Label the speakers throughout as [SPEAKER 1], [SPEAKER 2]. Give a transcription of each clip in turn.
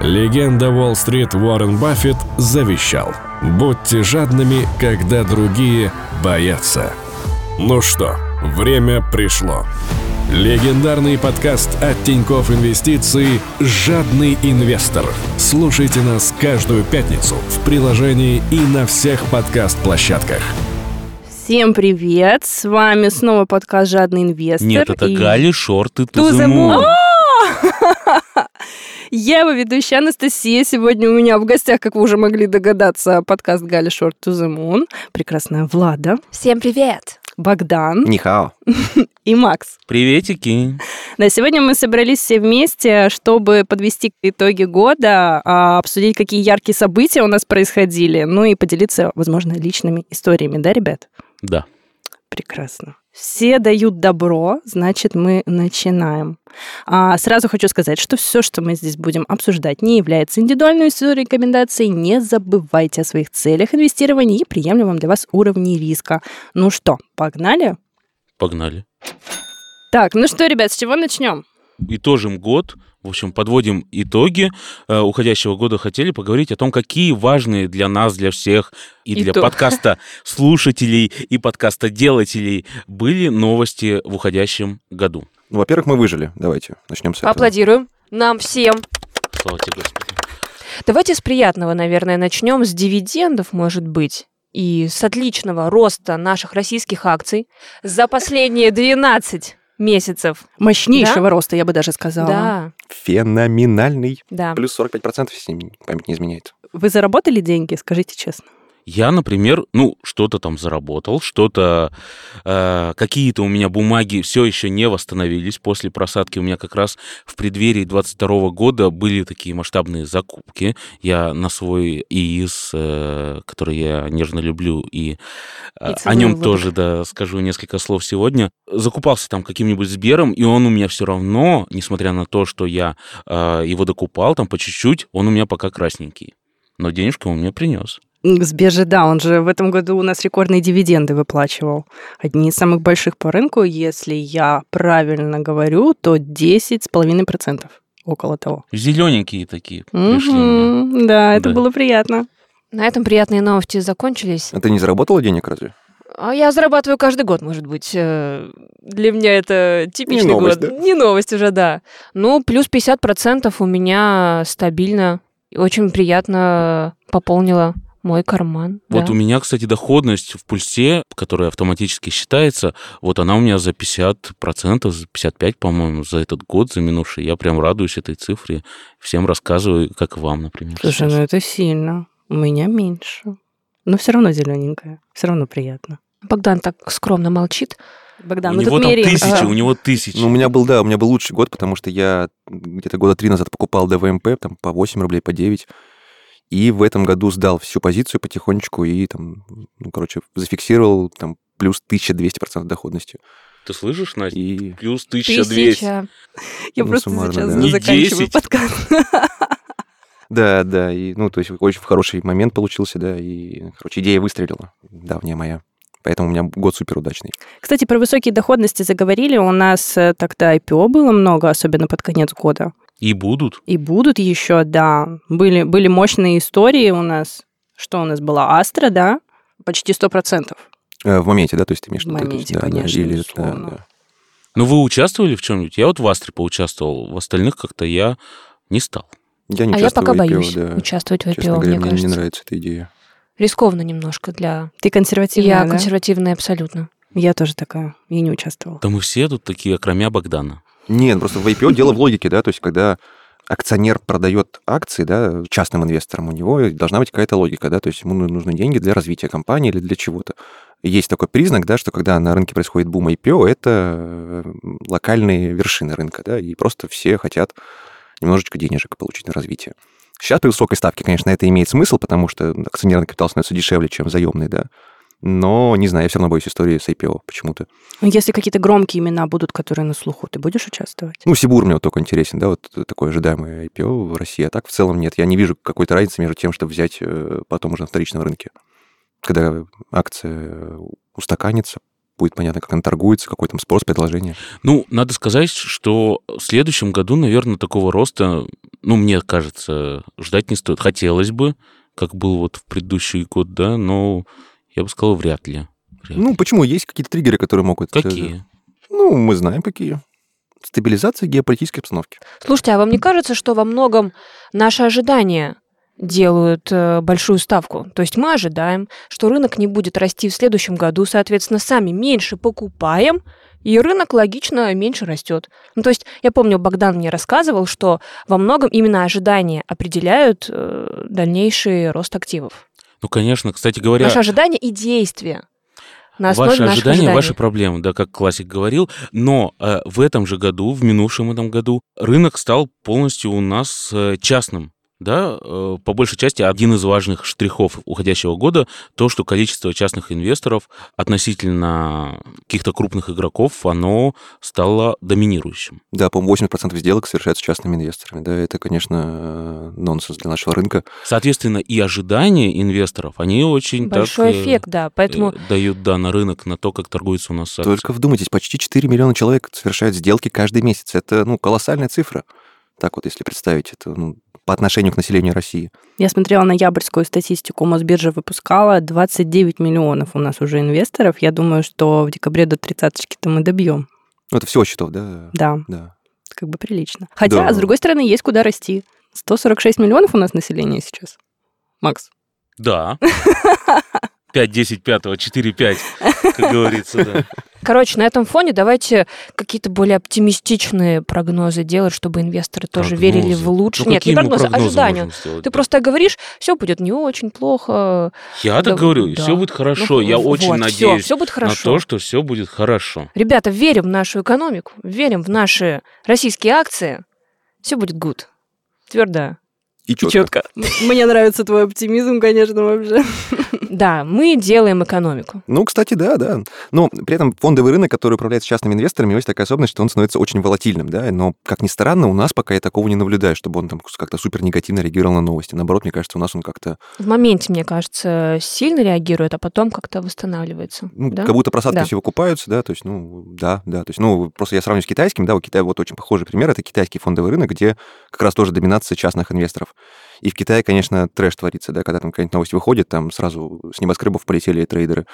[SPEAKER 1] Легенда Уолл-стрит Уоррен Баффет завещал «Будьте жадными, когда другие боятся». Ну что, время пришло. Легендарный подкаст от Тиньков Инвестиции «Жадный инвестор». Слушайте нас каждую пятницу в приложении и на всех подкаст-площадках.
[SPEAKER 2] Всем привет! С вами снова подкаст «Жадный инвестор».
[SPEAKER 3] Нет, это
[SPEAKER 2] и
[SPEAKER 3] Гали Шорты
[SPEAKER 2] To the moon.
[SPEAKER 3] Тузему.
[SPEAKER 2] О! Я его ведущая Анастасия. Сегодня у меня в гостях, как вы уже могли догадаться, подкаст Гали Шорт to the Moon. Прекрасная Влада,
[SPEAKER 4] Всем привет!
[SPEAKER 2] Богдан
[SPEAKER 5] Нихао.
[SPEAKER 2] и Макс.
[SPEAKER 3] Приветики.
[SPEAKER 2] Да, сегодня мы собрались все вместе, чтобы подвести итоги года, а, обсудить, какие яркие события у нас происходили, ну и поделиться, возможно, личными историями, да, ребят?
[SPEAKER 3] Да.
[SPEAKER 2] Прекрасно. Все дают добро, значит, мы начинаем. А, сразу хочу сказать, что все, что мы здесь будем обсуждать, не является индивидуальной историей рекомендацией. Не забывайте о своих целях инвестирования и приемлемом для вас уровне риска. Ну что, погнали?
[SPEAKER 3] Погнали.
[SPEAKER 2] Так, ну что, ребят, с чего начнем?
[SPEAKER 3] Итожим год. В общем, подводим итоги э, уходящего года. Хотели поговорить о том, какие важные для нас, для всех и для
[SPEAKER 2] Итог.
[SPEAKER 3] подкаста слушателей и подкаста делателей были новости в уходящем году.
[SPEAKER 5] Ну, Во-первых, мы выжили. Давайте начнем с этого.
[SPEAKER 4] Аплодируем нам всем.
[SPEAKER 3] Слава тебе, Господи.
[SPEAKER 4] Давайте с приятного, наверное, начнем с дивидендов, может быть, и с отличного роста наших российских акций за последние 12 месяцев.
[SPEAKER 2] Мощнейшего роста, я бы даже сказала.
[SPEAKER 4] Да,
[SPEAKER 5] Феноменальный.
[SPEAKER 4] да.
[SPEAKER 5] Плюс 45%, если мне память не изменяет.
[SPEAKER 2] Вы заработали деньги, скажите честно?
[SPEAKER 3] Я, например, ну, что-то там заработал, что-то, э, какие-то у меня бумаги все еще не восстановились после просадки. У меня как раз в преддверии 22 года были такие масштабные закупки. Я на свой ИИС, э, который я нежно люблю, и э, о
[SPEAKER 4] И целую
[SPEAKER 3] нем
[SPEAKER 4] в
[SPEAKER 3] тоже, да, скажу несколько слов сегодня, закупался там каким-нибудь Сбером, и он у меня все равно, несмотря на то, что я э, его докупал там по чуть-чуть, он у меня пока красненький. Но денежку он мне принес.
[SPEAKER 2] Сбер же, да, он же в этом году у нас рекордные дивиденды выплачивал. Одни из самых больших по рынку, если я правильно говорю, то 10,5%. Около того.
[SPEAKER 3] Зелененькие такие пришли. мне.
[SPEAKER 2] Мгм, да, это
[SPEAKER 3] Да.
[SPEAKER 2] было приятно.
[SPEAKER 4] На этом приятные новости закончились.
[SPEAKER 5] А ты не заработала денег разве?
[SPEAKER 4] А я зарабатываю каждый год, может быть. э, Для меня это типичный
[SPEAKER 5] новость,
[SPEAKER 4] год.
[SPEAKER 5] да?
[SPEAKER 4] Не новость уже, да. Ну, плюс 50% у меня стабильно и очень приятно пополнила мой карман.
[SPEAKER 3] Вот
[SPEAKER 4] да.
[SPEAKER 3] у меня, кстати, доходность в пульсе, которая автоматически считается, вот она у меня за 50%, за 55%, по-моему, за этот год, за минувший. Я прям радуюсь этой цифре. Всем рассказываю, как вам, например.
[SPEAKER 2] Слушай,
[SPEAKER 3] сейчас.
[SPEAKER 2] ну это сильно. У меня меньше. Но все равно зелененькая. Все равно приятно.
[SPEAKER 4] Богдан так скромно молчит.
[SPEAKER 2] Богдан,
[SPEAKER 3] у
[SPEAKER 2] мы
[SPEAKER 3] него
[SPEAKER 2] тут
[SPEAKER 3] там
[SPEAKER 2] меряем.
[SPEAKER 3] тысячи,
[SPEAKER 2] А,
[SPEAKER 3] у него тысячи.
[SPEAKER 5] Ну, у меня был, да, у меня был лучший год, потому что я где-то года три назад покупал ДВМП, там, по 8 рублей, по 9. И в этом году сдал всю позицию потихонечку и, там, ну, короче, зафиксировал, там, плюс 1200% доходности.
[SPEAKER 3] Ты слышишь, Настя?
[SPEAKER 5] И
[SPEAKER 3] Плюс
[SPEAKER 4] Тысяча.
[SPEAKER 2] Я
[SPEAKER 5] ну,
[SPEAKER 2] просто
[SPEAKER 5] суммарно,
[SPEAKER 2] сейчас
[SPEAKER 5] да.
[SPEAKER 2] ну,
[SPEAKER 3] Не
[SPEAKER 2] заканчиваю
[SPEAKER 3] 10.
[SPEAKER 2] подкаст.
[SPEAKER 5] Да, да, и, ну, то есть очень хороший момент получился, да, и, короче, идея выстрелила, давняя моя. Поэтому у меня год супер удачный.
[SPEAKER 2] Кстати, про высокие доходности заговорили. У нас э, тогда IPO было много, особенно под конец года.
[SPEAKER 3] И будут.
[SPEAKER 2] И будут еще, да. Были, были мощные истории у нас. Что у нас была? Астра, да? Почти 100%.
[SPEAKER 5] Э, В моменте, да, то есть ты имеешь
[SPEAKER 2] В
[SPEAKER 5] в виду, то есть,
[SPEAKER 2] моменте,
[SPEAKER 5] да, да,
[SPEAKER 2] конечно,
[SPEAKER 5] или, да,
[SPEAKER 2] безусловно.
[SPEAKER 5] да.
[SPEAKER 3] Но Ну, вы участвовали в чем-нибудь? Я вот в Астре поучаствовал, в остальных как-то я не стал.
[SPEAKER 5] Я не
[SPEAKER 4] А я пока
[SPEAKER 5] участвую в IPO,
[SPEAKER 4] боюсь
[SPEAKER 5] да.
[SPEAKER 4] участвовать в IPO,
[SPEAKER 5] Честно говоря,
[SPEAKER 4] мне
[SPEAKER 5] мне
[SPEAKER 4] кажется.
[SPEAKER 5] не нравится эта идея.
[SPEAKER 4] Рискованно немножко для...
[SPEAKER 2] Ты консервативная,
[SPEAKER 4] Я
[SPEAKER 2] да?
[SPEAKER 4] консервативная абсолютно.
[SPEAKER 2] Я тоже такая. Я не участвовала.
[SPEAKER 3] Да мы все тут такие, кроме Богдана.
[SPEAKER 5] Нет, ну, просто в IPO дело в логике, да, то есть когда акционер продает акции, да, частным инвесторам, у него должна быть какая-то логика, да, то есть ему ну- нужны деньги для развития компании или для чего-то. Есть такой признак, да, что когда на рынке происходит бум IPO, это э, локальные вершины рынка, да, и просто все хотят немножечко денежек получить на развитие. Сейчас при высокой ставке, конечно, это имеет смысл, потому что акционерный капитал становится дешевле, чем заемный, да. Но, не знаю, я все равно боюсь истории с IPO почему-то.
[SPEAKER 2] Ну, Если какие-то громкие имена будут, которые на слуху, ты будешь участвовать?
[SPEAKER 5] Ну, Сибур мне вот только интересен, да, вот такое ожидаемое IPO в России. А так в целом нет. Я не вижу какой-то разницы между тем, чтобы взять э, потом уже на вторичном рынке. Когда акция э, устаканится, будет понятно, как она торгуется, какой там спрос, предложение.
[SPEAKER 3] Ну, надо сказать, что в следующем году, наверное, такого роста ну, мне кажется, ждать не стоит. Хотелось бы, как был вот в предыдущий год, да, но я бы сказал, вряд ли. Вряд
[SPEAKER 5] Ну,
[SPEAKER 3] ли.
[SPEAKER 5] почему? Есть какие-то триггеры, которые могут... э,
[SPEAKER 3] Какие?
[SPEAKER 5] Ну, мы знаем, какие. Стабилизация геополитической обстановки.
[SPEAKER 4] Слушайте, а вам не кажется, что во многом наши ожидания делают э, большую ставку? То есть мы ожидаем, что рынок не будет расти в следующем году, соответственно, сами меньше покупаем, и рынок логично меньше растет. Ну, то есть я помню, Богдан мне рассказывал, что во многом именно ожидания определяют э, дальнейший рост активов.
[SPEAKER 3] Ну, конечно, кстати говоря,
[SPEAKER 4] Наши ожидания и действия на основе
[SPEAKER 3] ваши
[SPEAKER 4] наших
[SPEAKER 3] ожидания,
[SPEAKER 4] ожиданий.
[SPEAKER 3] ваши проблемы, да, как классик говорил. Но э, в этом же году, в минувшем этом году, рынок стал полностью у нас э, частным. Да, э, по большей части один из важных штрихов уходящего года то, что количество частных инвесторов относительно каких-то крупных игроков, оно стало доминирующим.
[SPEAKER 5] Да, по-моему, 80% сделок совершаются частными инвесторами. Да, это, конечно, э, нонсенс для нашего рынка.
[SPEAKER 3] Соответственно, и ожидания инвесторов, они очень так,
[SPEAKER 4] Большой
[SPEAKER 3] э,
[SPEAKER 4] эффект, да.
[SPEAKER 3] э,
[SPEAKER 4] Поэтому
[SPEAKER 3] дают, да, на рынок, на то, как торгуется у нас акции.
[SPEAKER 5] Только вдумайтесь, почти 4 миллиона человек совершают сделки каждый месяц. Это, ну, колоссальная цифра. Так вот, если представить это, ну, по отношению к населению России.
[SPEAKER 2] Я смотрела ноябрьскую статистику, Мосбиржа выпускала 29 миллионов у нас уже инвесторов. Я думаю, что в декабре до тридцаточки-то мы добьем.
[SPEAKER 5] Ну, это все счетов, да?
[SPEAKER 2] Да,
[SPEAKER 5] Да.
[SPEAKER 2] как бы прилично. Хотя,
[SPEAKER 5] Да.
[SPEAKER 2] с другой стороны, есть куда расти. 146 миллионов у нас населения сейчас. Макс.
[SPEAKER 3] Да. 5, 10, 5, 4, 5, как говорится, да.
[SPEAKER 4] Короче, на этом фоне давайте какие-то более оптимистичные прогнозы делать, чтобы инвесторы тоже
[SPEAKER 3] Прогнозы.
[SPEAKER 4] верили в лучшее.
[SPEAKER 3] Ну,
[SPEAKER 4] Нет,
[SPEAKER 3] какие
[SPEAKER 4] не
[SPEAKER 3] мы
[SPEAKER 4] прогнозы, а ожидания.
[SPEAKER 3] можем сделать?
[SPEAKER 4] Ты просто говоришь, все будет не очень плохо.
[SPEAKER 3] Я так
[SPEAKER 4] Да,
[SPEAKER 3] говорю,
[SPEAKER 4] да.
[SPEAKER 3] все будет хорошо.
[SPEAKER 4] Ну,
[SPEAKER 3] Я
[SPEAKER 4] вот,
[SPEAKER 3] очень
[SPEAKER 4] всё,
[SPEAKER 3] надеюсь
[SPEAKER 4] всё будет
[SPEAKER 3] на
[SPEAKER 4] хорошо.
[SPEAKER 3] то, что все будет хорошо.
[SPEAKER 4] Ребята, верим в нашу экономику, верим в наши российские акции. Все будет good. Твердо.
[SPEAKER 5] И четко.
[SPEAKER 4] Четко.
[SPEAKER 2] Мне нравится твой оптимизм, конечно, вообще.
[SPEAKER 4] Да, мы делаем экономику.
[SPEAKER 5] Ну, кстати, да, да. Но при этом фондовый рынок, который управляется частными инвесторами, у него есть такая особенность, что он становится очень волатильным, да. Но, как ни странно, у нас пока я такого не наблюдаю, чтобы он там как-то супер негативно реагировал на новости. Наоборот, мне кажется, у нас он как-то,
[SPEAKER 4] В моменте, мне кажется, сильно реагирует, а потом как-то восстанавливается.
[SPEAKER 5] ну,
[SPEAKER 4] да?
[SPEAKER 5] как будто просадки
[SPEAKER 4] Да.
[SPEAKER 5] все выкупаются, да, то есть, ну, да, да. То есть, ну, просто я сравниваю с китайским, да, у Китая вот очень похожий пример, это китайский фондовый рынок, где как раз тоже доминация частных инвесторов. И в Китае, конечно, трэш творится, да, когда там какая-нибудь новость выходит, там сразу с небоскребов полетели трейдеры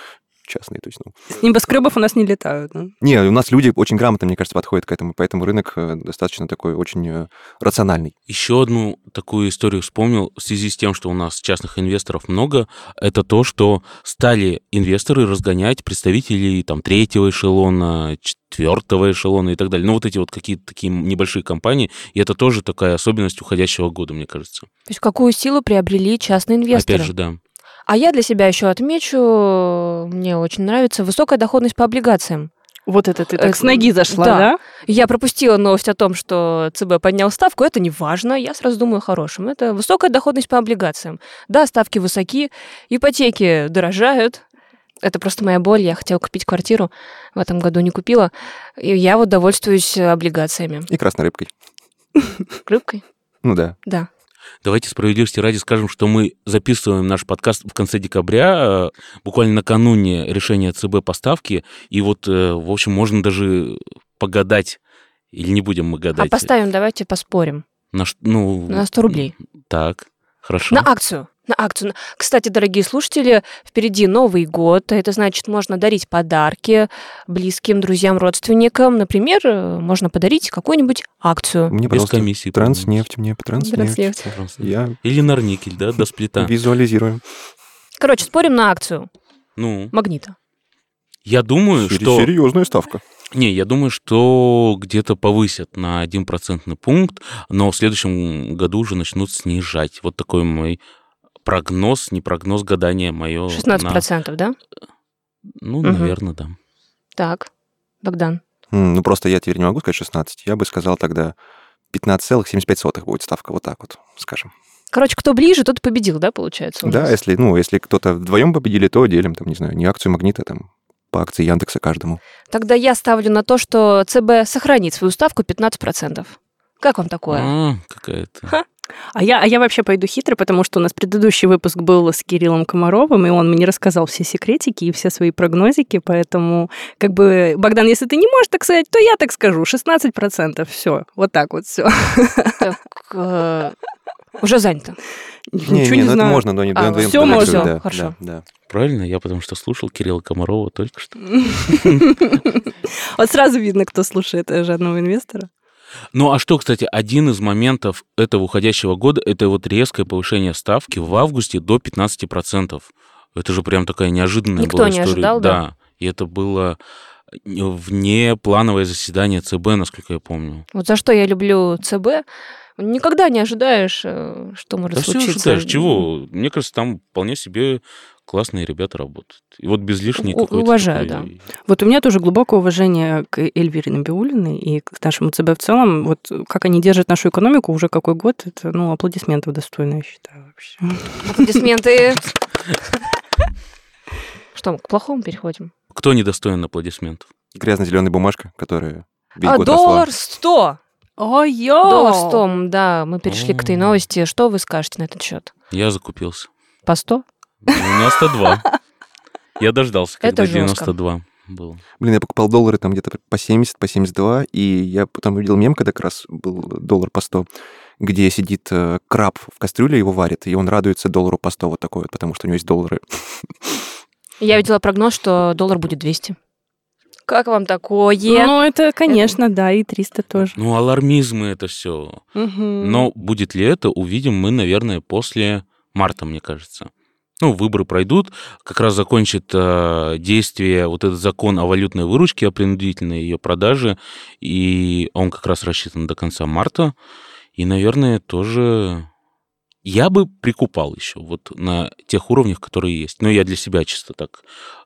[SPEAKER 5] частные, то есть, ну,
[SPEAKER 2] С небоскребов у нас не летают. ну.
[SPEAKER 5] Не, у нас люди очень грамотно, мне кажется, подходят к этому, поэтому рынок э, достаточно такой очень э, рациональный.
[SPEAKER 3] Еще одну такую историю вспомнил в связи с тем, что у нас частных инвесторов много. Это то, что стали инвесторы разгонять представителей там третьего эшелона, четвертого эшелона и так далее. Ну вот эти вот какие-то такие небольшие компании. И это тоже такая особенность уходящего года, мне кажется.
[SPEAKER 4] То есть какую силу приобрели частные инвесторы?
[SPEAKER 3] Опять же, да.
[SPEAKER 4] А я для себя еще отмечу, мне очень нравится высокая доходность по облигациям.
[SPEAKER 2] Вот это ты так
[SPEAKER 4] Э,
[SPEAKER 2] с ноги зашла,
[SPEAKER 4] да.
[SPEAKER 2] да?
[SPEAKER 4] Я пропустила новость о том, что ЦБ поднял ставку, это не важно, я сразу думаю о хорошем. Это высокая доходность по облигациям. Да, ставки высоки, ипотеки дорожают. Это просто моя боль, я хотела купить квартиру, в этом году не купила. И я вот довольствуюсь э, облигациями.
[SPEAKER 5] И красной рыбкой.
[SPEAKER 4] Рыбкой?
[SPEAKER 5] Ну да.
[SPEAKER 4] Да.
[SPEAKER 3] Давайте справедливости ради скажем, что мы записываем наш подкаст в конце декабря, э, буквально накануне решения ЦБ поставки, и вот, э, в общем, можно даже погадать, или не будем мы
[SPEAKER 4] А
[SPEAKER 3] гадать.
[SPEAKER 4] поставим, давайте поспорим.
[SPEAKER 3] На, ш- ну,
[SPEAKER 4] На 100 рублей.
[SPEAKER 3] Так, хорошо.
[SPEAKER 4] На а- акцию. На акцию. Кстати, дорогие слушатели, впереди Новый год. Это значит, можно дарить подарки близким, друзьям, родственникам. Например, э, можно подарить какую-нибудь акцию.
[SPEAKER 5] Мне,
[SPEAKER 3] Без
[SPEAKER 5] пожалуйста,
[SPEAKER 3] комиссии.
[SPEAKER 5] транснефть, мне транснефть.
[SPEAKER 4] Транснефть.
[SPEAKER 3] по-моему.
[SPEAKER 5] Я
[SPEAKER 3] Или Нарникель, да, до сплита.
[SPEAKER 5] визуализирую.
[SPEAKER 4] Короче, спорим на акцию
[SPEAKER 3] Ну,
[SPEAKER 4] магнита.
[SPEAKER 3] я думаю,
[SPEAKER 5] Сери-
[SPEAKER 3] Ну что...
[SPEAKER 5] Серьезная ставка.
[SPEAKER 3] Не, я думаю, что где-то повысят на 1 процентный пункт, но в следующем году уже начнут снижать. Вот такой мой прогноз, не прогноз, гадание мое.
[SPEAKER 4] 16%, да?
[SPEAKER 3] Ну,
[SPEAKER 4] Мгм.
[SPEAKER 3] наверное, да.
[SPEAKER 4] Так, Богдан.
[SPEAKER 5] М, Ну просто я теперь не могу сказать 16. Я бы сказал тогда 15,75 будет ставка, вот так вот, скажем.
[SPEAKER 4] Короче, кто ближе, тот и победил, да, получается? у
[SPEAKER 5] Да,
[SPEAKER 4] нас?
[SPEAKER 5] если, ну, если кто-то вдвоем победили, то делим, там, не знаю, не акцию Магнита, там, по акции Яндекса каждому.
[SPEAKER 4] Тогда я ставлю на то, что ЦБ сохранит свою ставку 15%. Как вам такое?
[SPEAKER 3] А, какая-то.
[SPEAKER 2] А я, а я вообще пойду хитро, потому что у нас предыдущий выпуск был с Кириллом Комаровым, и он мне рассказал все секретики и все свои прогнозики, поэтому, как бы, Богдан, если ты не можешь так сказать, то я так скажу, 16%, все, вот так вот все.
[SPEAKER 4] Так, э, Уже занято.
[SPEAKER 2] Ничего не
[SPEAKER 5] ну это
[SPEAKER 2] знаю.
[SPEAKER 5] можно, но не
[SPEAKER 4] А,
[SPEAKER 5] вдвоем
[SPEAKER 2] всё
[SPEAKER 5] подойдём,
[SPEAKER 2] можно,
[SPEAKER 5] да,
[SPEAKER 4] хорошо.
[SPEAKER 5] да, да.
[SPEAKER 3] Правильно? Я потому что слушал Кирилла Комарова только что.
[SPEAKER 2] Вот сразу видно, кто слушает э, жадного инвестора.
[SPEAKER 3] Ну а что, кстати, один из моментов этого уходящего года – это вот резкое повышение ставки в августе до 15%. Это же прям такая неожиданная
[SPEAKER 4] Никто
[SPEAKER 3] была
[SPEAKER 4] не
[SPEAKER 3] история.
[SPEAKER 4] ожидал, да.
[SPEAKER 3] И это было э, вне плановое заседание ЦБ, насколько я помню.
[SPEAKER 4] Вот за что я люблю ЦБ. Никогда не ожидаешь, э, что может
[SPEAKER 3] Да все
[SPEAKER 4] случиться.
[SPEAKER 3] ожидаешь, чего? Мне кажется, там вполне себе классные ребята работают. И вот без лишней
[SPEAKER 4] У-
[SPEAKER 3] какой-то
[SPEAKER 4] уважаю,
[SPEAKER 3] такой-
[SPEAKER 2] Вот у меня тоже глубокое уважение к Эльвире Набиулиной и к нашему ЦБ в целом. Вот как они держат нашу экономику уже какой год, это, ну, аплодисментов достойно, я считаю, вообще.
[SPEAKER 4] Аплодисменты. Что, мы к плохому переходим?
[SPEAKER 3] Кто недостоин аплодисментов?
[SPEAKER 5] Грязно-зеленая бумажка, которая весь
[SPEAKER 4] А,
[SPEAKER 5] год росла.
[SPEAKER 4] доллар сто!
[SPEAKER 2] Ой-ё!
[SPEAKER 4] Доллар сто, м, да, мы перешли к той
[SPEAKER 3] О.
[SPEAKER 4] новости. Что вы скажете на этот счет?
[SPEAKER 3] Я закупился.
[SPEAKER 4] По сто?
[SPEAKER 3] 92. Я дождался, когда
[SPEAKER 4] Это жестко.
[SPEAKER 3] 92 было.
[SPEAKER 5] Блин, я покупал доллары там где-то по 70, по 72, и я потом увидел мем, когда как раз был доллар по 100, где сидит э, краб в кастрюле, его варит, и он радуется доллару по 100 вот такой вот, потому что у него есть доллары.
[SPEAKER 4] Я видела прогноз, что доллар будет 200. Как вам такое?
[SPEAKER 2] Ну, это, конечно, да, и 300 тоже.
[SPEAKER 3] Ну, алармизмы это все.
[SPEAKER 2] Но
[SPEAKER 3] Но будет ли это, увидим мы, наверное, после марта, мне кажется. Ну, выборы пройдут, как раз закончит э, действие вот этот закон о валютной выручке, о принудительной ее продаже, и он как раз рассчитан до конца марта. И, наверное, тоже я бы прикупал еще вот на тех уровнях, которые есть. Но я для себя чисто так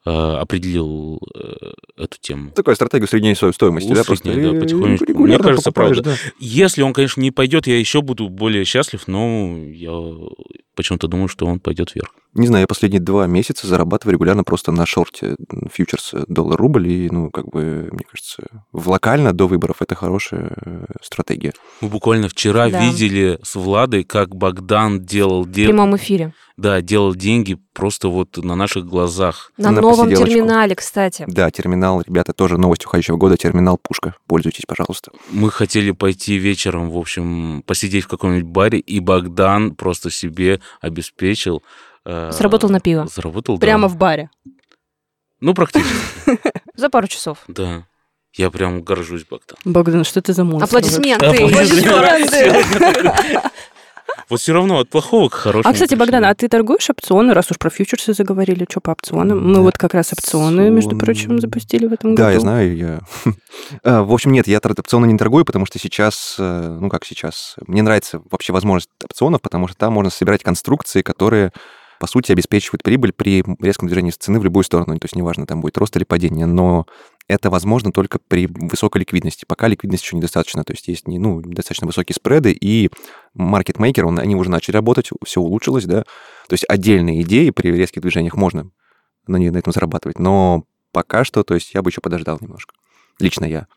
[SPEAKER 3] э, определил э, эту тему.
[SPEAKER 5] Такая стратегия средней со- стоимости, да, просто
[SPEAKER 3] Усредняя, да,
[SPEAKER 5] ре-
[SPEAKER 3] потихонечку.
[SPEAKER 5] регулярно
[SPEAKER 3] Мне кажется,
[SPEAKER 5] покупаешь, да.
[SPEAKER 3] Если он, конечно, не пойдет, я еще буду более счастлив, но я почему-то думаю, что он пойдет вверх.
[SPEAKER 5] Не знаю, я последние два месяца зарабатываю регулярно просто на шорте м, фьючерс э, доллар-рубль, и, ну, как бы, мне кажется, в локально до выборов это хорошая э, стратегия.
[SPEAKER 3] Мы буквально вчера
[SPEAKER 4] Да.
[SPEAKER 3] видели с Владой, как Богдан делал,
[SPEAKER 4] В
[SPEAKER 3] де-
[SPEAKER 4] прямом эфире.
[SPEAKER 3] да, делал деньги просто вот на наших глазах.
[SPEAKER 4] На
[SPEAKER 5] На
[SPEAKER 4] новом
[SPEAKER 5] посиделочку.
[SPEAKER 4] терминале, кстати.
[SPEAKER 5] Да, терминал, ребята, тоже новость уходящего года, терминал «Пушка». Пользуйтесь, пожалуйста.
[SPEAKER 3] Мы хотели пойти вечером, в общем, посидеть в каком-нибудь баре, и Богдан просто себе обеспечил... э,
[SPEAKER 4] Сработал на пиво.
[SPEAKER 3] Заработал, да.
[SPEAKER 2] прямо в баре.
[SPEAKER 3] Ну, практически,
[SPEAKER 4] За пару часов.
[SPEAKER 3] да. Я прям горжусь, Богдан.
[SPEAKER 2] Богдан, что ты за монстр?
[SPEAKER 4] Аплодисменты.
[SPEAKER 2] А
[SPEAKER 3] Вот все равно от плохого к хорошему.
[SPEAKER 2] А, кстати,
[SPEAKER 3] пришли.
[SPEAKER 2] Богдан, а ты торгуешь опционы, раз уж про фьючерсы заговорили, что по опционам? Мы
[SPEAKER 5] Да.
[SPEAKER 2] вот как раз опционы, между
[SPEAKER 5] Опционы.
[SPEAKER 2] прочим, запустили в этом году.
[SPEAKER 5] Да, я знаю, я... А, В общем, нет, я тр- опционы не торгую, потому что сейчас, э, ну как сейчас, мне нравится вообще возможность опционов, потому что там можно собирать конструкции, которые, по сути, обеспечивают прибыль при резком движении цены в любую сторону, то есть неважно, там будет рост или падение, но это возможно только при высокой ликвидности. Пока ликвидность еще недостаточно, то есть есть не, ну, достаточно высокие спреды, и маркетмейкер, он, они уже начали работать, все улучшилось, да, то есть отдельные идеи при резких движениях можно на, ней- на этом зарабатывать, но пока что, то есть я бы еще подождал немножко. Лично я.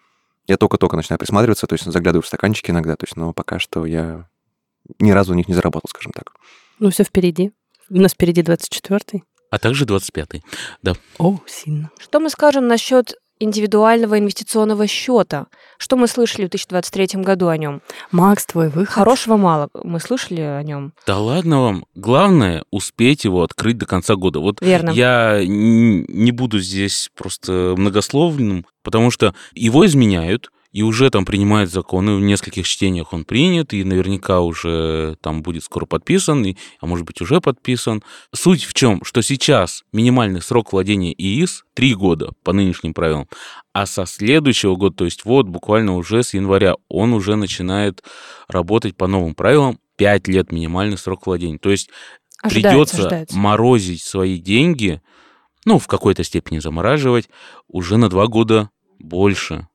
[SPEAKER 5] Я только-только начинаю присматриваться, то есть заглядываю в стаканчики иногда, то есть, но пока что я ни разу у них не заработал, скажем так.
[SPEAKER 2] Ну, все впереди. У нас впереди 24-й.
[SPEAKER 3] А также 25-й.
[SPEAKER 2] О, сильно.
[SPEAKER 4] Что мы скажем насчет индивидуального инвестиционного счета? Что мы слышали в 2023 году о нем?
[SPEAKER 2] Макс, твой выход.
[SPEAKER 4] Хорошего мало. Мы слышали о нем.
[SPEAKER 3] Да ладно вам. Главное, успеть его открыть до конца года. Вот
[SPEAKER 4] Верно.
[SPEAKER 3] я н- не буду здесь просто многословным, потому что его изменяют, и уже там принимают законы, в нескольких чтениях он принят, и наверняка уже там будет скоро подписан, и, а может быть уже подписан. Суть в чем, что сейчас минимальный срок владения ИИС 3 года по нынешним правилам, а со следующего года, то есть вот буквально уже с января, он уже начинает работать по новым правилам 5 лет минимальный срок владения. То есть
[SPEAKER 4] Ожидается,
[SPEAKER 3] придется
[SPEAKER 4] ожидается.
[SPEAKER 3] морозить свои деньги, ну, в какой-то степени замораживать, уже на два года больше.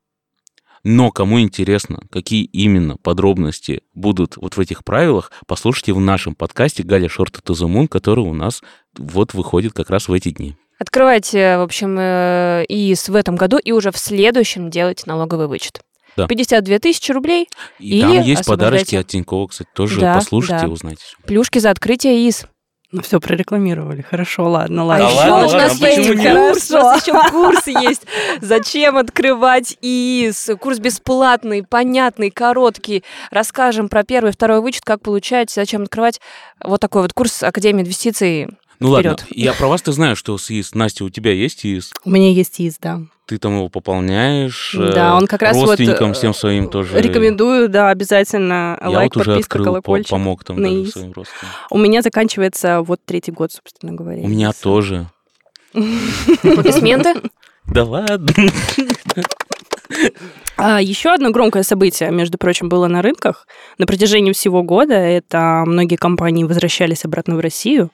[SPEAKER 3] Но кому интересно, какие именно подробности будут вот в этих правилах, послушайте в нашем подкасте Галя Шорта Тазумун, который у нас вот выходит как раз в эти дни.
[SPEAKER 4] Открывайте, в общем, э, ИИС в этом году и уже в следующем делайте налоговый вычет.
[SPEAKER 3] Да.
[SPEAKER 4] 52 тысячи рублей,
[SPEAKER 3] И
[SPEAKER 4] Или
[SPEAKER 3] там есть
[SPEAKER 4] освобождайте.
[SPEAKER 3] подарочки от Тинькова, кстати, тоже
[SPEAKER 4] Да,
[SPEAKER 3] послушайте
[SPEAKER 4] да.
[SPEAKER 3] и узнайте.
[SPEAKER 4] плюшки за открытие ИИС.
[SPEAKER 2] Ну все, прорекламировали. Хорошо, ладно,
[SPEAKER 4] А
[SPEAKER 2] ладно.
[SPEAKER 4] еще
[SPEAKER 3] ладно,
[SPEAKER 4] у
[SPEAKER 3] ладно,
[SPEAKER 4] нас есть
[SPEAKER 3] почему
[SPEAKER 2] нет?
[SPEAKER 4] курс, у нас еще курс есть. Зачем открывать ИИС? Курс бесплатный, понятный, короткий. Расскажем про первый, второй вычет, как получать, зачем открывать. Вот такой вот курс Академии инвестиций.
[SPEAKER 3] Ну ладно,
[SPEAKER 4] Вперед.
[SPEAKER 3] я про вас ты знаю, что с ИИС. Настя, у тебя есть ИИС?
[SPEAKER 2] У меня есть ИИС, да.
[SPEAKER 3] Ты там его пополняешь. э,
[SPEAKER 2] Да, он как раз вот,
[SPEAKER 3] родственникам
[SPEAKER 2] э,
[SPEAKER 3] всем своим тоже.
[SPEAKER 2] Рекомендую, да, обязательно
[SPEAKER 3] Я
[SPEAKER 2] А лайк,
[SPEAKER 3] вот уже
[SPEAKER 2] подписка,
[SPEAKER 3] открыл, по-
[SPEAKER 2] колокольчик.
[SPEAKER 3] помог там
[SPEAKER 2] на
[SPEAKER 3] даже
[SPEAKER 2] ИИС.
[SPEAKER 3] своим родственникам.
[SPEAKER 2] У меня заканчивается вот третий год, собственно говоря.
[SPEAKER 3] У меня
[SPEAKER 2] ИИСа.
[SPEAKER 3] тоже.
[SPEAKER 4] Аплодисменты.
[SPEAKER 3] Да ладно.
[SPEAKER 2] А, еще одно громкое событие, между прочим, было на рынках. На протяжении всего года это многие компании возвращались обратно в Россию,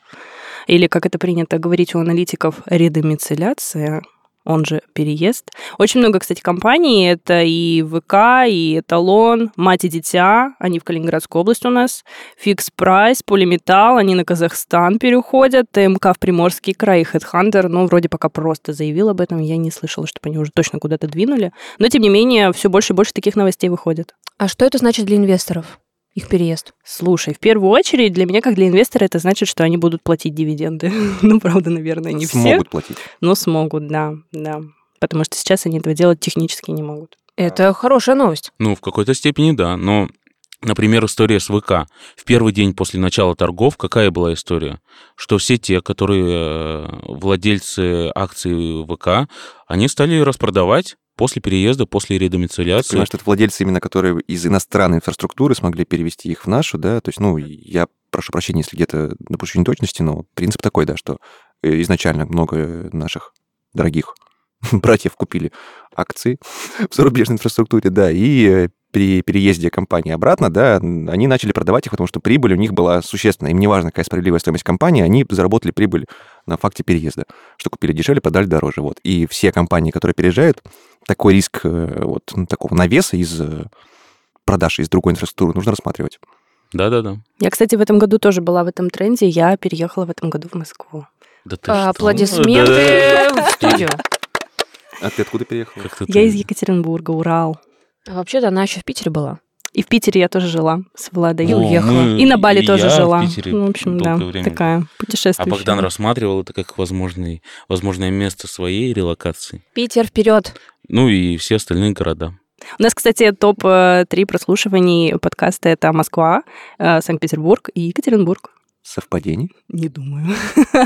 [SPEAKER 2] или, как это принято говорить у аналитиков, редомицеляция, он же переезд. Очень много, кстати, компаний. Это и ВК, и Эталон, Мать и Дитя. Они в Калининградскую область у нас. Фикс Прайс, Полиметал. Они на Казахстан переходят. ТМК в Приморский край и Хедхантер. Ну, вроде пока просто заявил об этом. Я не слышала, чтобы они уже точно куда-то двинули. Но, тем не менее, все больше и больше таких новостей выходит.
[SPEAKER 4] А что это значит для инвесторов? Их переезд.
[SPEAKER 2] Слушай, в первую очередь, для меня, как для инвестора, это значит, что они будут платить дивиденды. ну, правда, наверное, не все.
[SPEAKER 5] Смогут платить.
[SPEAKER 2] Но смогут, да, да. Потому что сейчас они этого делать технически не могут.
[SPEAKER 4] Это хорошая новость.
[SPEAKER 3] Ну, в какой-то степени да, но, например, история с ВК. В первый день после начала торгов какая была история? Что все те, которые э, владельцы акций ВК, они стали распродавать после переезда, после редомицеляции.
[SPEAKER 5] Понимаешь, что это владельцы именно, которые из иностранной инфраструктуры смогли перевести их в нашу, да, то есть, ну, я прошу прощения, если где-то допущу неточности, но принцип такой, да, что э, изначально много наших дорогих братьев купили акции в зарубежной инфраструктуре, да, и э, при переезде компании обратно, да, н- они начали продавать их, потому что прибыль у них была существенная. Им не важно, какая справедливая стоимость компании, они заработали прибыль на факте переезда, что купили дешевле, продали дороже. Вот. И все компании, которые переезжают, такой риск э, вот ну, такого навеса из э, продаж из другой инфраструктуры нужно рассматривать.
[SPEAKER 3] Да-да-да.
[SPEAKER 2] Я, кстати, в этом году тоже была в этом тренде. Я переехала в этом году в Москву.
[SPEAKER 3] Да
[SPEAKER 2] А,
[SPEAKER 3] ты что?
[SPEAKER 4] Аплодисменты в студию.
[SPEAKER 5] А ты откуда переехал?
[SPEAKER 3] Как-то
[SPEAKER 2] Я
[SPEAKER 3] ты- А
[SPEAKER 2] из Екатеринбурга, Урал.
[SPEAKER 4] А вообще-то она еще в Питере была.
[SPEAKER 2] И в Питере я тоже жила с Владой.
[SPEAKER 4] И
[SPEAKER 3] О,
[SPEAKER 4] уехала.
[SPEAKER 3] Ну, мы-
[SPEAKER 2] И на Бали
[SPEAKER 3] и
[SPEAKER 2] тоже
[SPEAKER 3] я в
[SPEAKER 2] жила.
[SPEAKER 3] Питере
[SPEAKER 2] ну, в общем, да,
[SPEAKER 3] долгое время.
[SPEAKER 2] такая
[SPEAKER 3] А
[SPEAKER 2] путешествующая.
[SPEAKER 3] Богдан рассматривал это как возможный, возможное место своей релокации.
[SPEAKER 4] Питер вперед.
[SPEAKER 3] Ну и все остальные города.
[SPEAKER 2] У нас, кстати, топ-3 прослушиваний подкаста это Москва, э, Санкт-Петербург и Екатеринбург.
[SPEAKER 5] Совпадение.
[SPEAKER 2] Не думаю.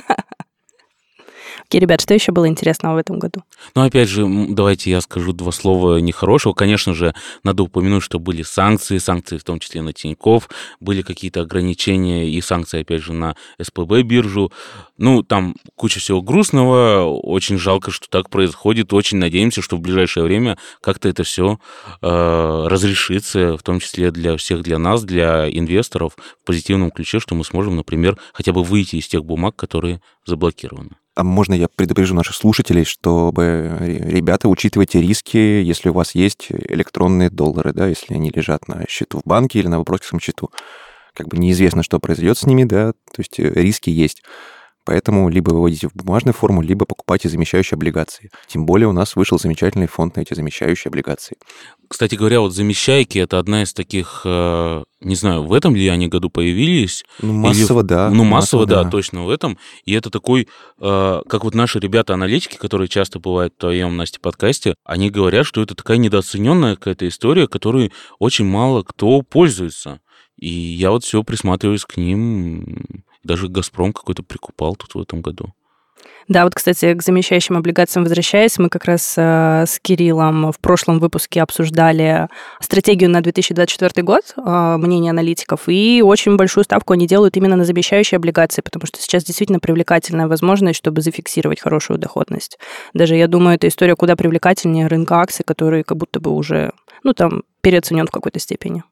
[SPEAKER 2] Окей, ребят, что еще было интересного в этом году?
[SPEAKER 3] Ну, опять же, м, давайте я скажу два слова нехорошего. Конечно же, надо упомянуть, что были санкции, санкции в том числе на Тиньков, были какие-то ограничения и санкции, опять же, на СПБ-биржу. Ну, там куча всего грустного, очень жалко, что так происходит, очень надеемся, что в ближайшее время как-то это все разрешится, в том числе для всех, для нас, для инвесторов, в позитивном ключе, что мы сможем, например, хотя бы выйти из тех бумаг, которые заблокированы.
[SPEAKER 5] А можно я предупрежу наших слушателей, чтобы, ре- ребята, учитывайте риски, если у вас есть электронные доллары, да, если они лежат на счету в банке или на брокерском счету. Как бы неизвестно, что произойдет с ними, да, то есть э, риски есть. Поэтому либо выводите в бумажную форму, либо покупайте замещающие облигации. Тем более у нас вышел замечательный фонд на эти замещающие облигации.
[SPEAKER 3] Кстати говоря, вот замещайки это одна из таких, э, не знаю, в этом ли они году появились.
[SPEAKER 5] Ну, массово, да.
[SPEAKER 3] ну, массово, да, точно в этом. И это такой, э, как вот наши ребята-аналитики, которые часто бывают в твоем, Насте, подкасте, они говорят, что это такая недооцененная какая-то история, которой очень мало кто пользуется. И я вот все присматриваюсь к ним. Даже «Газпром» какой-то прикупал тут в этом году.
[SPEAKER 2] Да, вот, кстати, к замещающим облигациям возвращаясь, мы как раз э, с Кириллом в прошлом выпуске обсуждали стратегию на 2024 год, э, мнение аналитиков, и очень большую ставку они делают именно на замещающие облигации, потому что сейчас действительно привлекательная возможность, чтобы зафиксировать хорошую доходность. Даже, я думаю, эта история куда привлекательнее рынка акций, который как будто бы уже, ну, там, переоценен в какой-то степени.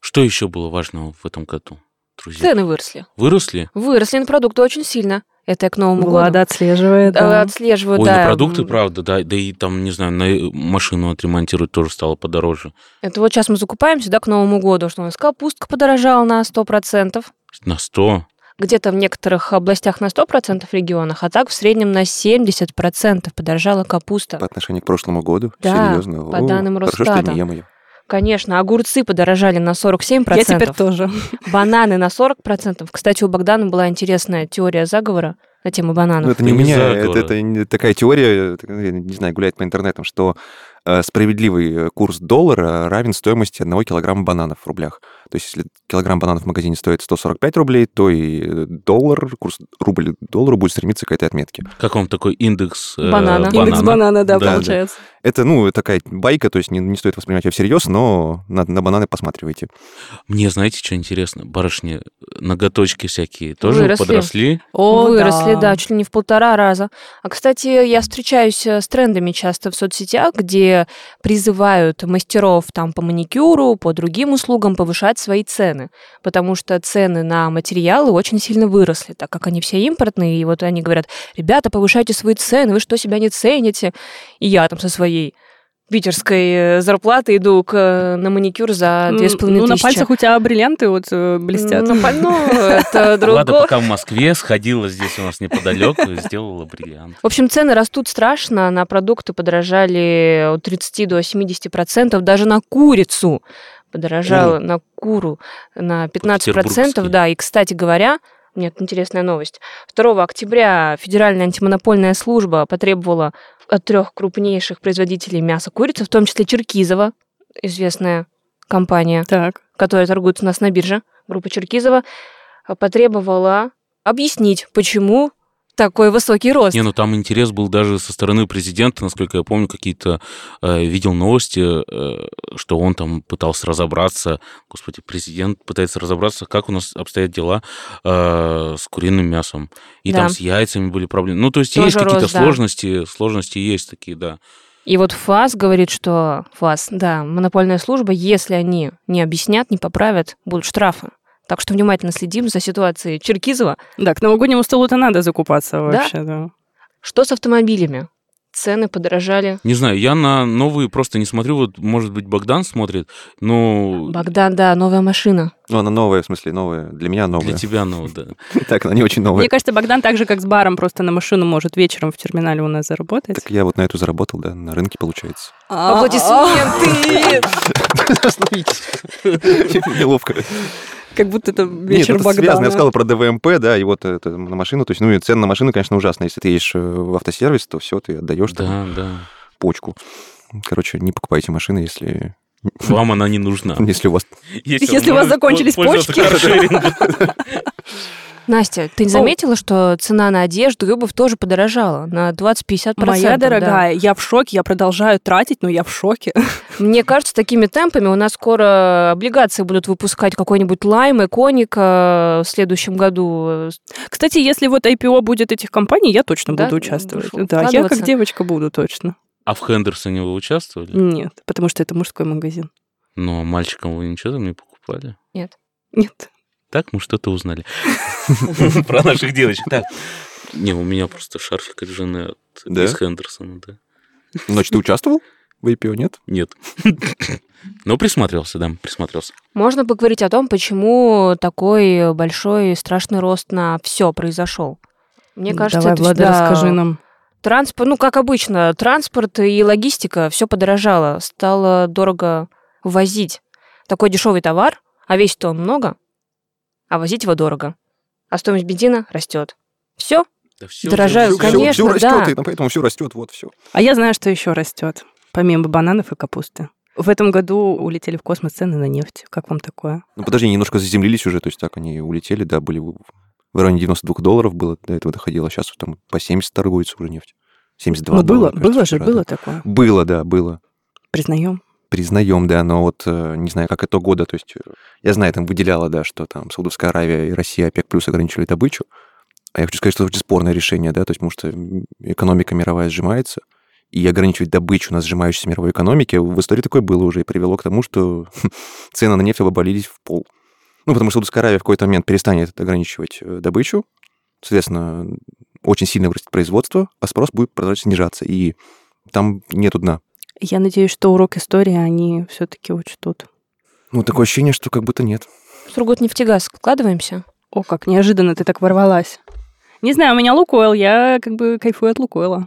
[SPEAKER 3] Что еще было важного в этом году, друзья?
[SPEAKER 4] Цены выросли.
[SPEAKER 3] Выросли?
[SPEAKER 4] Выросли на продукты очень сильно. Это я к Новому году.
[SPEAKER 2] Влада отслеживает.
[SPEAKER 4] Э,
[SPEAKER 2] да.
[SPEAKER 4] Отслеживаю,
[SPEAKER 3] Ой,
[SPEAKER 4] да.
[SPEAKER 3] на продукты, правда, да, да и там, не знаю, на э, машину отремонтировать тоже стало подороже.
[SPEAKER 4] Это вот сейчас мы закупаемся, да, к Новому году, что у нас капустка подорожала на 100%,
[SPEAKER 3] На 100.
[SPEAKER 4] где-то в некоторых областях на 100% регионах, а так в среднем на 70% подорожала капуста.
[SPEAKER 5] По отношению к прошлому году?
[SPEAKER 4] Да,
[SPEAKER 5] Серьезно?
[SPEAKER 4] по данным
[SPEAKER 5] Хорошо, что
[SPEAKER 4] Росстата.
[SPEAKER 5] не я моё.
[SPEAKER 4] Конечно, огурцы подорожали на 47%.
[SPEAKER 2] Я теперь тоже.
[SPEAKER 4] Бананы на 40%. Кстати, у Богдана была интересная теория заговора на тему
[SPEAKER 5] Ну,
[SPEAKER 4] бананов.
[SPEAKER 5] это не
[SPEAKER 3] Это
[SPEAKER 5] у
[SPEAKER 3] не
[SPEAKER 5] меня,
[SPEAKER 3] заговор.
[SPEAKER 5] это, это не такая теория, так, я не знаю, гуляет по интернетам, что э, справедливый э, курс доллара равен стоимости одного килограмма бананов в рублях. То есть, если килограмм бананов в магазине стоит 145 рублей, то и э, доллар, курс рубль к доллару будет стремиться к этой отметке.
[SPEAKER 3] Как вам такой индекс э,
[SPEAKER 4] Банана.
[SPEAKER 2] Индекс банана, да,
[SPEAKER 5] Да, да.
[SPEAKER 2] получается.
[SPEAKER 5] Это, ну, такая байка, то есть не, не стоит воспринимать ее всерьез, но на, на бананы посматривайте.
[SPEAKER 3] Мне, знаете, что интересно? Барышни, ноготочки всякие тоже
[SPEAKER 4] Выросли.
[SPEAKER 3] подросли.
[SPEAKER 2] О,
[SPEAKER 4] Выросли, да. а, чуть ли не в полтора раза. А, кстати, я встречаюсь э, с трендами часто в соцсетях, где призывают мастеров там по маникюру, по другим услугам повышать свои цены, потому что цены на материалы очень сильно выросли, так как они все импортные, и вот они говорят, ребята, повышайте свои цены, вы что, себя не цените? И я там со своей питерской э, зарплаты иду к, э, на маникюр за
[SPEAKER 2] М,
[SPEAKER 4] 2500
[SPEAKER 2] Ну, на пальцах у тебя бриллианты вот э, блестят.
[SPEAKER 4] Ну, ну, это
[SPEAKER 3] Лада
[SPEAKER 4] другое.
[SPEAKER 3] пока в Москве сходила здесь у нас неподалеку и сделала бриллиант.
[SPEAKER 4] В общем, цены растут страшно, на продукты подорожали от 30 до 70 процентов, даже на курицу подорожало, на куру на 15 процентов,
[SPEAKER 3] Петербургские.
[SPEAKER 4] да. И, кстати говоря, нет, интересная новость. 2 октября Федеральная антимонопольная служба потребовала от трех крупнейших производителей мяса курицы, в том числе Черкизова, известная компания,
[SPEAKER 2] Так.
[SPEAKER 4] которая торгуется у нас на бирже, группа Черкизова, потребовала объяснить, почему такой высокий рост.
[SPEAKER 3] Не, ну там интерес был даже со стороны президента, насколько я помню, какие-то э, видел новости, э, что он там пытался разобраться. Господи, президент пытается разобраться, как у нас обстоят дела э, с куриным мясом. И там
[SPEAKER 4] Да.
[SPEAKER 3] с яйцами были проблемы. Ну, то есть
[SPEAKER 4] Тоже
[SPEAKER 3] есть какие-то
[SPEAKER 4] рост, да.
[SPEAKER 3] сложности, сложности есть такие, да.
[SPEAKER 4] И вот ФАС говорит, что ФАС, да, монопольная служба, если они не объяснят, не поправят, будут штрафы. Так что внимательно следим за ситуацией Черкизова.
[SPEAKER 2] Да, к новогоднему столу-то надо закупаться вообще, да.
[SPEAKER 4] Что с автомобилями? Цены подорожали.
[SPEAKER 3] Не знаю, я на новые просто не смотрю. Вот, может быть, Богдан смотрит, но
[SPEAKER 4] Богдан, да, новая машина.
[SPEAKER 5] Ну, она новая, в смысле, новая. Для меня новая.
[SPEAKER 3] для тебя, ну, да.
[SPEAKER 5] Так, она не очень новая.
[SPEAKER 2] Мне кажется, Богдан так же, как с баром, просто на машину может вечером в терминале у нас заработать. А,
[SPEAKER 5] Так я вот на эту заработал, да, на рынке получается.
[SPEAKER 4] А, Аплодисменты!
[SPEAKER 5] Остановитесь. Неловко.
[SPEAKER 2] Как будто это
[SPEAKER 5] Нет, ну,
[SPEAKER 2] вечер
[SPEAKER 5] это связано. Я
[SPEAKER 2] Богдана.
[SPEAKER 5] сказал про ДВМП, да, и вот это на машину. То есть, ну, и цены на машину, конечно, ужасно. Если ты едешь э, в автосервис, то все, ты отдаешь там
[SPEAKER 3] Да, да.
[SPEAKER 5] почку. Короче, не покупайте машины, если,
[SPEAKER 3] Вам она не нужна.
[SPEAKER 5] если у вас...
[SPEAKER 2] Если у вас
[SPEAKER 3] возможность
[SPEAKER 2] закончились
[SPEAKER 3] пользоваться
[SPEAKER 2] почки.
[SPEAKER 3] каршерингом.
[SPEAKER 4] Настя, ты не заметила, что цена на одежду и обувь тоже подорожала на 20-50%?
[SPEAKER 2] Моя
[SPEAKER 4] да.
[SPEAKER 2] дорогая, я в шоке, я продолжаю тратить, но я в шоке.
[SPEAKER 4] Мне кажется, такими темпами у нас скоро облигации будут выпускать какой-нибудь лайм, иконик э, в следующем году.
[SPEAKER 2] Кстати, если вот IPO будет этих компаний, я точно
[SPEAKER 4] Да?
[SPEAKER 2] буду участвовать.
[SPEAKER 4] Будешь
[SPEAKER 2] Да, я как
[SPEAKER 4] вкладываться?
[SPEAKER 2] девочка буду точно.
[SPEAKER 3] А в Хендерсоне вы участвовали?
[SPEAKER 2] Нет, потому что это мужской магазин.
[SPEAKER 3] Ну, а мальчикам вы ничего там не покупали?
[SPEAKER 2] Нет.
[SPEAKER 3] Так мы что-то узнали. Про наших девочек. Так. Не, у меня просто шарфик от жены от-
[SPEAKER 5] Да?
[SPEAKER 3] из Хендерсона, да.
[SPEAKER 5] Значит, ты участвовал в IPO, нет?
[SPEAKER 3] Нет. Но присмотрелся, да, присмотрелся.
[SPEAKER 4] Можно поговорить о том, почему такой большой и страшный рост на все произошел. Мне кажется,
[SPEAKER 2] Давай,
[SPEAKER 4] это
[SPEAKER 2] Влада,
[SPEAKER 4] всегда
[SPEAKER 2] расскажи ну. нам.
[SPEAKER 4] транспорт, ну как обычно, транспорт и логистика все подорожало, стало дорого возить такой дешевый товар, а весит он много, а возить его дорого, а стоимость бензина растет. Все,
[SPEAKER 3] Да всё,
[SPEAKER 4] Дорожаю,
[SPEAKER 2] Ну,
[SPEAKER 3] всё, всё.
[SPEAKER 4] конечно,
[SPEAKER 5] все растет,
[SPEAKER 4] да.
[SPEAKER 5] и там поэтому все растет, вот все.
[SPEAKER 2] А я знаю, что еще растет, помимо бананов и капусты. В этом году улетели в космос цены на нефть. Как вам такое?
[SPEAKER 5] Ну, подожди, они немножко заземлились уже, то есть так они улетели, да, были в в районе 92 долларов было, до этого доходило, сейчас вот там по 70 торгуется уже нефть. 72
[SPEAKER 2] ну, было,
[SPEAKER 5] доллара, кажется,
[SPEAKER 2] было же,
[SPEAKER 5] вчера, да.
[SPEAKER 2] было такое.
[SPEAKER 5] Было, да, было.
[SPEAKER 2] Признаем.
[SPEAKER 5] Признаем, да, но вот э, не знаю, как это года, то есть э, я знаю, там выделяла, да, что там Саудовская Аравия и Россия, ОПЕК плюс ограничили добычу, а я хочу сказать, что это очень спорное решение, да, то есть потому что м, экономика мировая сжимается, и ограничивать добычу на сжимающейся мировой экономике в истории такое было уже и привело к тому, что цены на нефть обвалились в пол. Ну, потому что Саудовская Аравия в какой-то момент перестанет ограничивать э, добычу, соответственно, очень сильно вырастет производство, а спрос будет продолжать снижаться, и там нету дна.
[SPEAKER 2] Я надеюсь, что урок истории они все-таки учтут.
[SPEAKER 5] Ну, такое ощущение, что как будто нет.
[SPEAKER 4] Сургутнефтегаз, вкладываемся?
[SPEAKER 2] О, как неожиданно ты так ворвалась. Не знаю, у меня лукойл, я как бы кайфую от лукойла.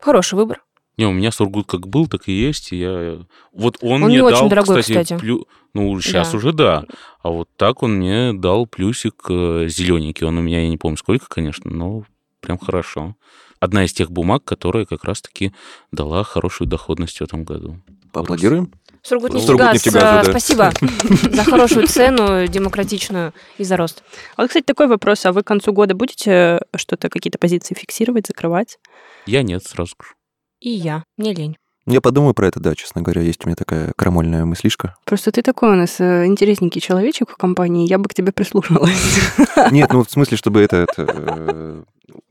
[SPEAKER 4] Хороший выбор.
[SPEAKER 3] Не, Не, у меня Сургут как был, так и есть. и я... Вот он,
[SPEAKER 4] Он
[SPEAKER 3] мне
[SPEAKER 4] не очень
[SPEAKER 3] дал,
[SPEAKER 4] дорогой,
[SPEAKER 3] кстати,
[SPEAKER 4] кстати.
[SPEAKER 3] плю- Ну, сейчас
[SPEAKER 4] Да.
[SPEAKER 3] уже да. А вот так он мне дал плюсик зелененький. Он у меня, я не помню сколько, конечно, но прям хорошо. Одна из тех бумаг, которая как раз-таки дала хорошую доходность в этом году.
[SPEAKER 5] Поаплодируем.
[SPEAKER 4] Сургутнефтегаз,
[SPEAKER 5] Сургутнефтегазу,
[SPEAKER 4] э,
[SPEAKER 5] да.
[SPEAKER 4] спасибо за хорошую цену, демократичную и за рост.
[SPEAKER 2] А вот, кстати, такой вопрос. А вы к концу года будете э, что-то, какие-то позиции фиксировать, закрывать?
[SPEAKER 3] Я нет, сразу скажу.
[SPEAKER 4] И я, мне лень.
[SPEAKER 5] Я подумаю про это, да, честно говоря, есть у меня такая крамольная мыслишка.
[SPEAKER 2] Просто ты такой у нас э, интересненький человечек в компании, я бы к тебе прислушалась.
[SPEAKER 5] Нет, ну в смысле, чтобы это, это, э,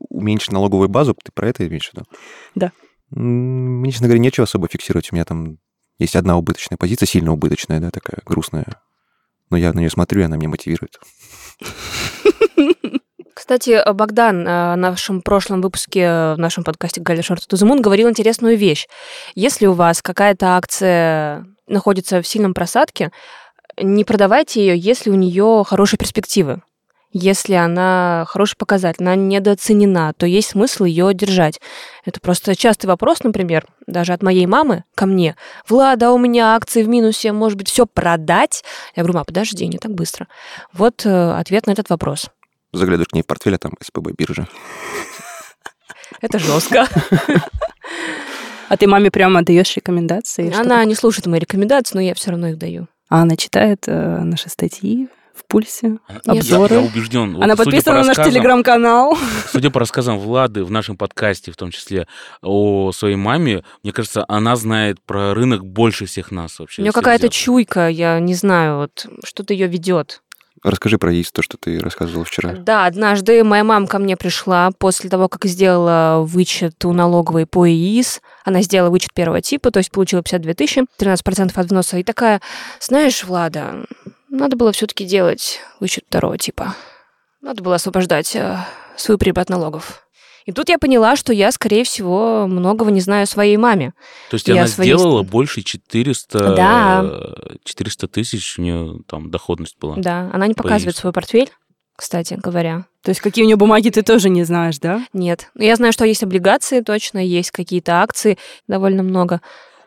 [SPEAKER 5] уменьшить налоговую базу, ты про это имеешь в виду?
[SPEAKER 2] Да.
[SPEAKER 5] М, Мне, честно говоря, нечего особо фиксировать. У меня там есть одна убыточная позиция, сильно убыточная, да, такая грустная. Но я на нее смотрю, и она меня мотивирует.
[SPEAKER 4] Кстати, э, Богдан э, в нашем прошлом выпуске, э, в нашем подкасте «Галя Шорт Тузумун» говорил интересную вещь. Если у вас какая-то акция находится в сильном просадке, не продавайте ее, если у нее хорошие перспективы. Если она хороший показатель, она недооценена, то есть смысл ее держать. Это просто частый вопрос, например, даже от моей мамы ко мне. Влада, у меня акции в минусе, может быть, все продать? Я говорю, мам, подожди, не так быстро. Вот э, ответ на этот вопрос.
[SPEAKER 5] Заглядываешь к ней в портфель, а там СПБ биржа.
[SPEAKER 4] Это жестко.
[SPEAKER 2] А ты маме прямо даешь рекомендации? что
[SPEAKER 4] Она не слушает мои рекомендации, но я все равно их даю.
[SPEAKER 2] А она читает э, наши статьи в пульсе.
[SPEAKER 3] Я-
[SPEAKER 2] Обзоры.
[SPEAKER 3] Я, убежден. вот
[SPEAKER 2] она
[SPEAKER 3] судя по
[SPEAKER 2] подписана на наш
[SPEAKER 3] рассказам-
[SPEAKER 2] телеграм-канал.
[SPEAKER 3] Судя по рассказам Влады в нашем подкасте, в том числе о своей маме, мне кажется, она знает про рынок больше всех нас вообще.
[SPEAKER 4] У нее
[SPEAKER 3] всех
[SPEAKER 4] какая-то
[SPEAKER 3] взятых.
[SPEAKER 4] чуйка, я не знаю, вот что-то ее ведет.
[SPEAKER 5] Расскажи про ей то, что ты рассказывал вчера.
[SPEAKER 4] Да, однажды моя мама ко мне пришла после того, как сделала вычет у налоговой по ИИС. Она сделала вычет первого типа, то есть получила 52 тысячи, 13% от взноса. И такая, знаешь, Влада, надо было все-таки делать вычет второго типа. Надо было освобождать э, свою прибыль от налогов. И тут я поняла, что я, скорее всего, многого не знаю о своей маме.
[SPEAKER 3] То есть
[SPEAKER 4] Я
[SPEAKER 3] она
[SPEAKER 4] своей
[SPEAKER 3] сделала
[SPEAKER 4] ст-
[SPEAKER 3] больше 400,
[SPEAKER 4] Да.
[SPEAKER 3] э, 400 тысяч, у нее там доходность была.
[SPEAKER 4] Да, она не показывает
[SPEAKER 3] Боюсь.
[SPEAKER 4] свой портфель, кстати говоря.
[SPEAKER 2] То есть какие у нее бумаги ты тоже не знаешь, да?
[SPEAKER 4] Нет. Но я знаю, что есть облигации, точно, есть какие-то акции, довольно много.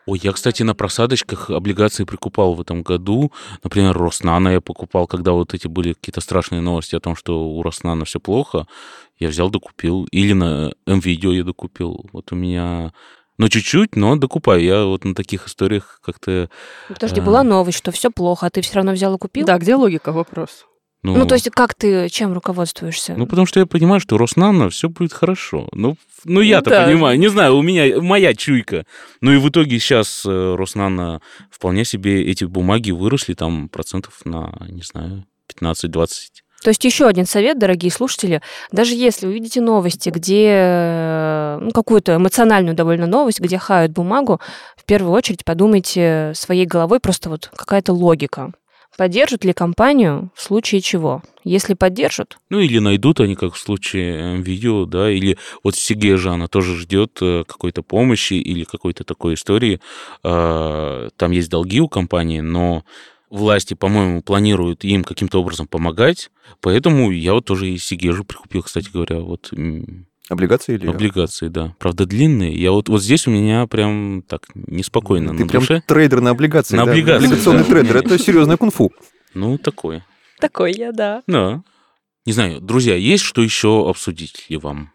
[SPEAKER 3] Ой, я, кстати, на просадочках облигации прикупал в этом году. Например, Роснана я покупал, когда вот эти были какие-то страшные новости о том, что у Роснана все плохо. Я взял, докупил. Или на МВидео я докупил. Вот у меня... Ну, чуть-чуть, но докупаю. Я вот на таких историях как-то...
[SPEAKER 4] Ну, Подожди,
[SPEAKER 3] А.
[SPEAKER 4] была новость, что все плохо, а ты все равно взял и купил?
[SPEAKER 2] Да, где логика вопрос?
[SPEAKER 3] Ну,
[SPEAKER 4] Ну, то есть, как ты, чем руководствуешься?
[SPEAKER 3] Ну, потому что я понимаю, что Роснано все будет хорошо. Ну, в- ну я-то
[SPEAKER 2] Да.
[SPEAKER 3] понимаю. Не знаю, у меня моя чуйка. Ну и в итоге сейчас Роснано вполне себе эти бумаги выросли там процентов на, не знаю, 15-20.
[SPEAKER 4] То есть еще один совет, дорогие слушатели. Даже если увидите новости, где э, ну, какую-то эмоциональную довольно новость, где хают бумагу, в первую очередь подумайте своей головой просто вот какая-то логика. Поддержат ли компанию в случае чего? Если поддержат,
[SPEAKER 3] Ну или найдут они, как в случае э, видео, да, или вот Сергея Жана тоже ждет э, какой-то помощи или какой-то такой истории. Э, Там есть долги у компании, но власти, по-моему, планируют им каким-то образом помогать, поэтому я вот тоже и Сигежу прикупил, кстати говоря, вот м,
[SPEAKER 5] Облигации или...
[SPEAKER 3] облигации, да. Правда, длинные. Я вот, вот здесь у меня прям так неспокойно
[SPEAKER 5] Ты
[SPEAKER 3] на
[SPEAKER 5] прям
[SPEAKER 3] душе.
[SPEAKER 5] трейдер на облигации,
[SPEAKER 3] На
[SPEAKER 5] да?
[SPEAKER 3] облигации,
[SPEAKER 5] Облигационный
[SPEAKER 3] да.
[SPEAKER 5] трейдер. Это серьезное кунг-фу.
[SPEAKER 3] Ну, такое.
[SPEAKER 4] Такой я, да.
[SPEAKER 3] Да. Не знаю, друзья, есть что еще обсудить ли вам?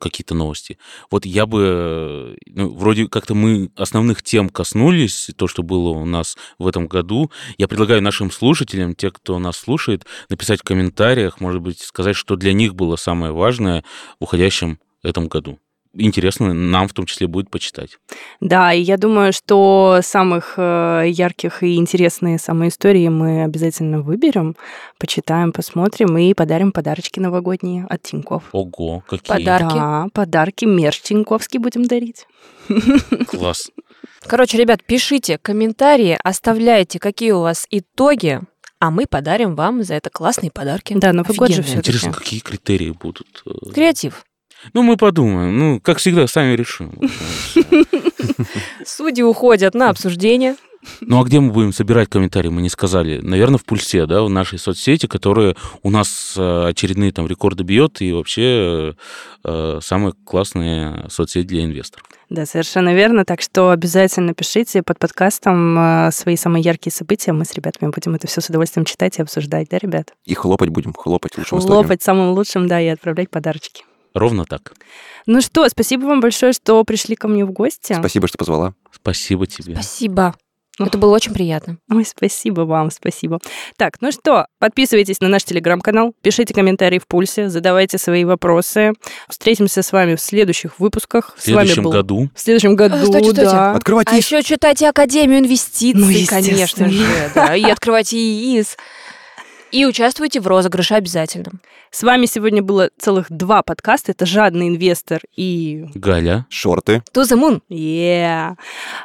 [SPEAKER 3] какие-то новости. Вот я бы... э, ну, вроде как-то мы основных тем коснулись, то, что было у нас в этом году. Я предлагаю нашим слушателям, те, кто нас слушает, написать в комментариях, может быть, сказать, что для них было самое важное в уходящем этом году. Интересно, нам в том числе будет почитать.
[SPEAKER 2] Да, и я думаю, что самых э, ярких и интересные самые истории мы обязательно выберем, почитаем, посмотрим и подарим подарочки новогодние от Тиньков.
[SPEAKER 3] Ого, какие
[SPEAKER 4] Подарки.
[SPEAKER 2] Да, подарки мерч Тиньковский будем дарить.
[SPEAKER 3] класс.
[SPEAKER 4] Короче, ребят, пишите комментарии, оставляйте, какие у вас итоги, а мы подарим вам за это классные подарки.
[SPEAKER 2] Да, Новый год же
[SPEAKER 4] Офигенные.
[SPEAKER 2] всё-таки.
[SPEAKER 3] Интересно, какие критерии будут? э,
[SPEAKER 4] Креатив.
[SPEAKER 3] Ну, мы подумаем. Ну, как всегда, сами решим.
[SPEAKER 4] Судьи уходят на обсуждение.
[SPEAKER 3] Ну а где мы будем собирать комментарии, мы не сказали. Наверное, в пульсе, да, в нашей соцсети, которые у нас э, очередные там рекорды бьет, и вообще э, самая классная соцсеть для инвесторов.
[SPEAKER 2] Да, совершенно верно. Так что обязательно пишите под подкастом э, свои самые яркие события. Мы с ребятами будем это все с удовольствием читать и обсуждать, да, ребят?
[SPEAKER 5] И хлопать будем, хлопать лучше.
[SPEAKER 2] Лопать самым лучшим, да, и отправлять подарочки.
[SPEAKER 3] Ровно так.
[SPEAKER 2] Ну что, спасибо вам большое, что пришли ко мне в гости.
[SPEAKER 5] Спасибо, что позвала.
[SPEAKER 3] Спасибо тебе.
[SPEAKER 4] Спасибо. Ну, Это было очень приятно.
[SPEAKER 2] Ой, спасибо вам, спасибо. Так, ну что, подписывайтесь на наш телеграм-канал, пишите комментарии в пульсе, задавайте свои вопросы. Встретимся с вами в следующих выпусках.
[SPEAKER 3] В следующем
[SPEAKER 2] с вами был...
[SPEAKER 3] году.
[SPEAKER 2] В следующем году,
[SPEAKER 4] А, стойте, стойте.
[SPEAKER 2] да.
[SPEAKER 5] Открывайте
[SPEAKER 4] А еще читайте Академию инвестиций,
[SPEAKER 2] Ну, естественно.
[SPEAKER 4] конечно же. да, и открывайте ИИС. И участвуйте в розыгрыше обязательно.
[SPEAKER 2] С вами сегодня было целых два подкаста. Это «Жадный инвестор» и...
[SPEAKER 3] Галя,
[SPEAKER 5] шорты.
[SPEAKER 4] To the moon.
[SPEAKER 2] Yeah.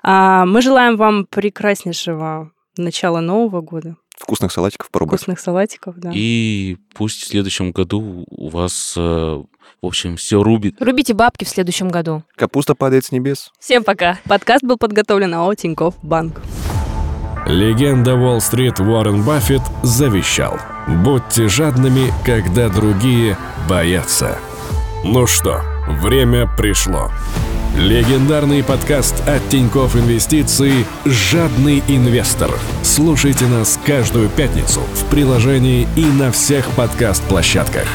[SPEAKER 2] А, мы желаем вам прекраснейшего начала Нового года.
[SPEAKER 5] Вкусных салатиков попробовать.
[SPEAKER 2] Вкусных салатиков, да.
[SPEAKER 3] и пусть в следующем году у вас, э, в общем, все рубит.
[SPEAKER 4] Рубите бабки в следующем году.
[SPEAKER 5] Капуста падает с небес.
[SPEAKER 4] Всем пока.
[SPEAKER 2] Подкаст был подготовлен АО «Тинькофф Банк».
[SPEAKER 1] Легенда Уолл-стрит Уоррен Баффет завещал. Будьте жадными, когда другие боятся. Ну что, время пришло. Легендарный подкаст от Тинькофф Инвестиции «Жадный инвестор». Слушайте нас каждую пятницу в приложении и на всех подкаст-площадках.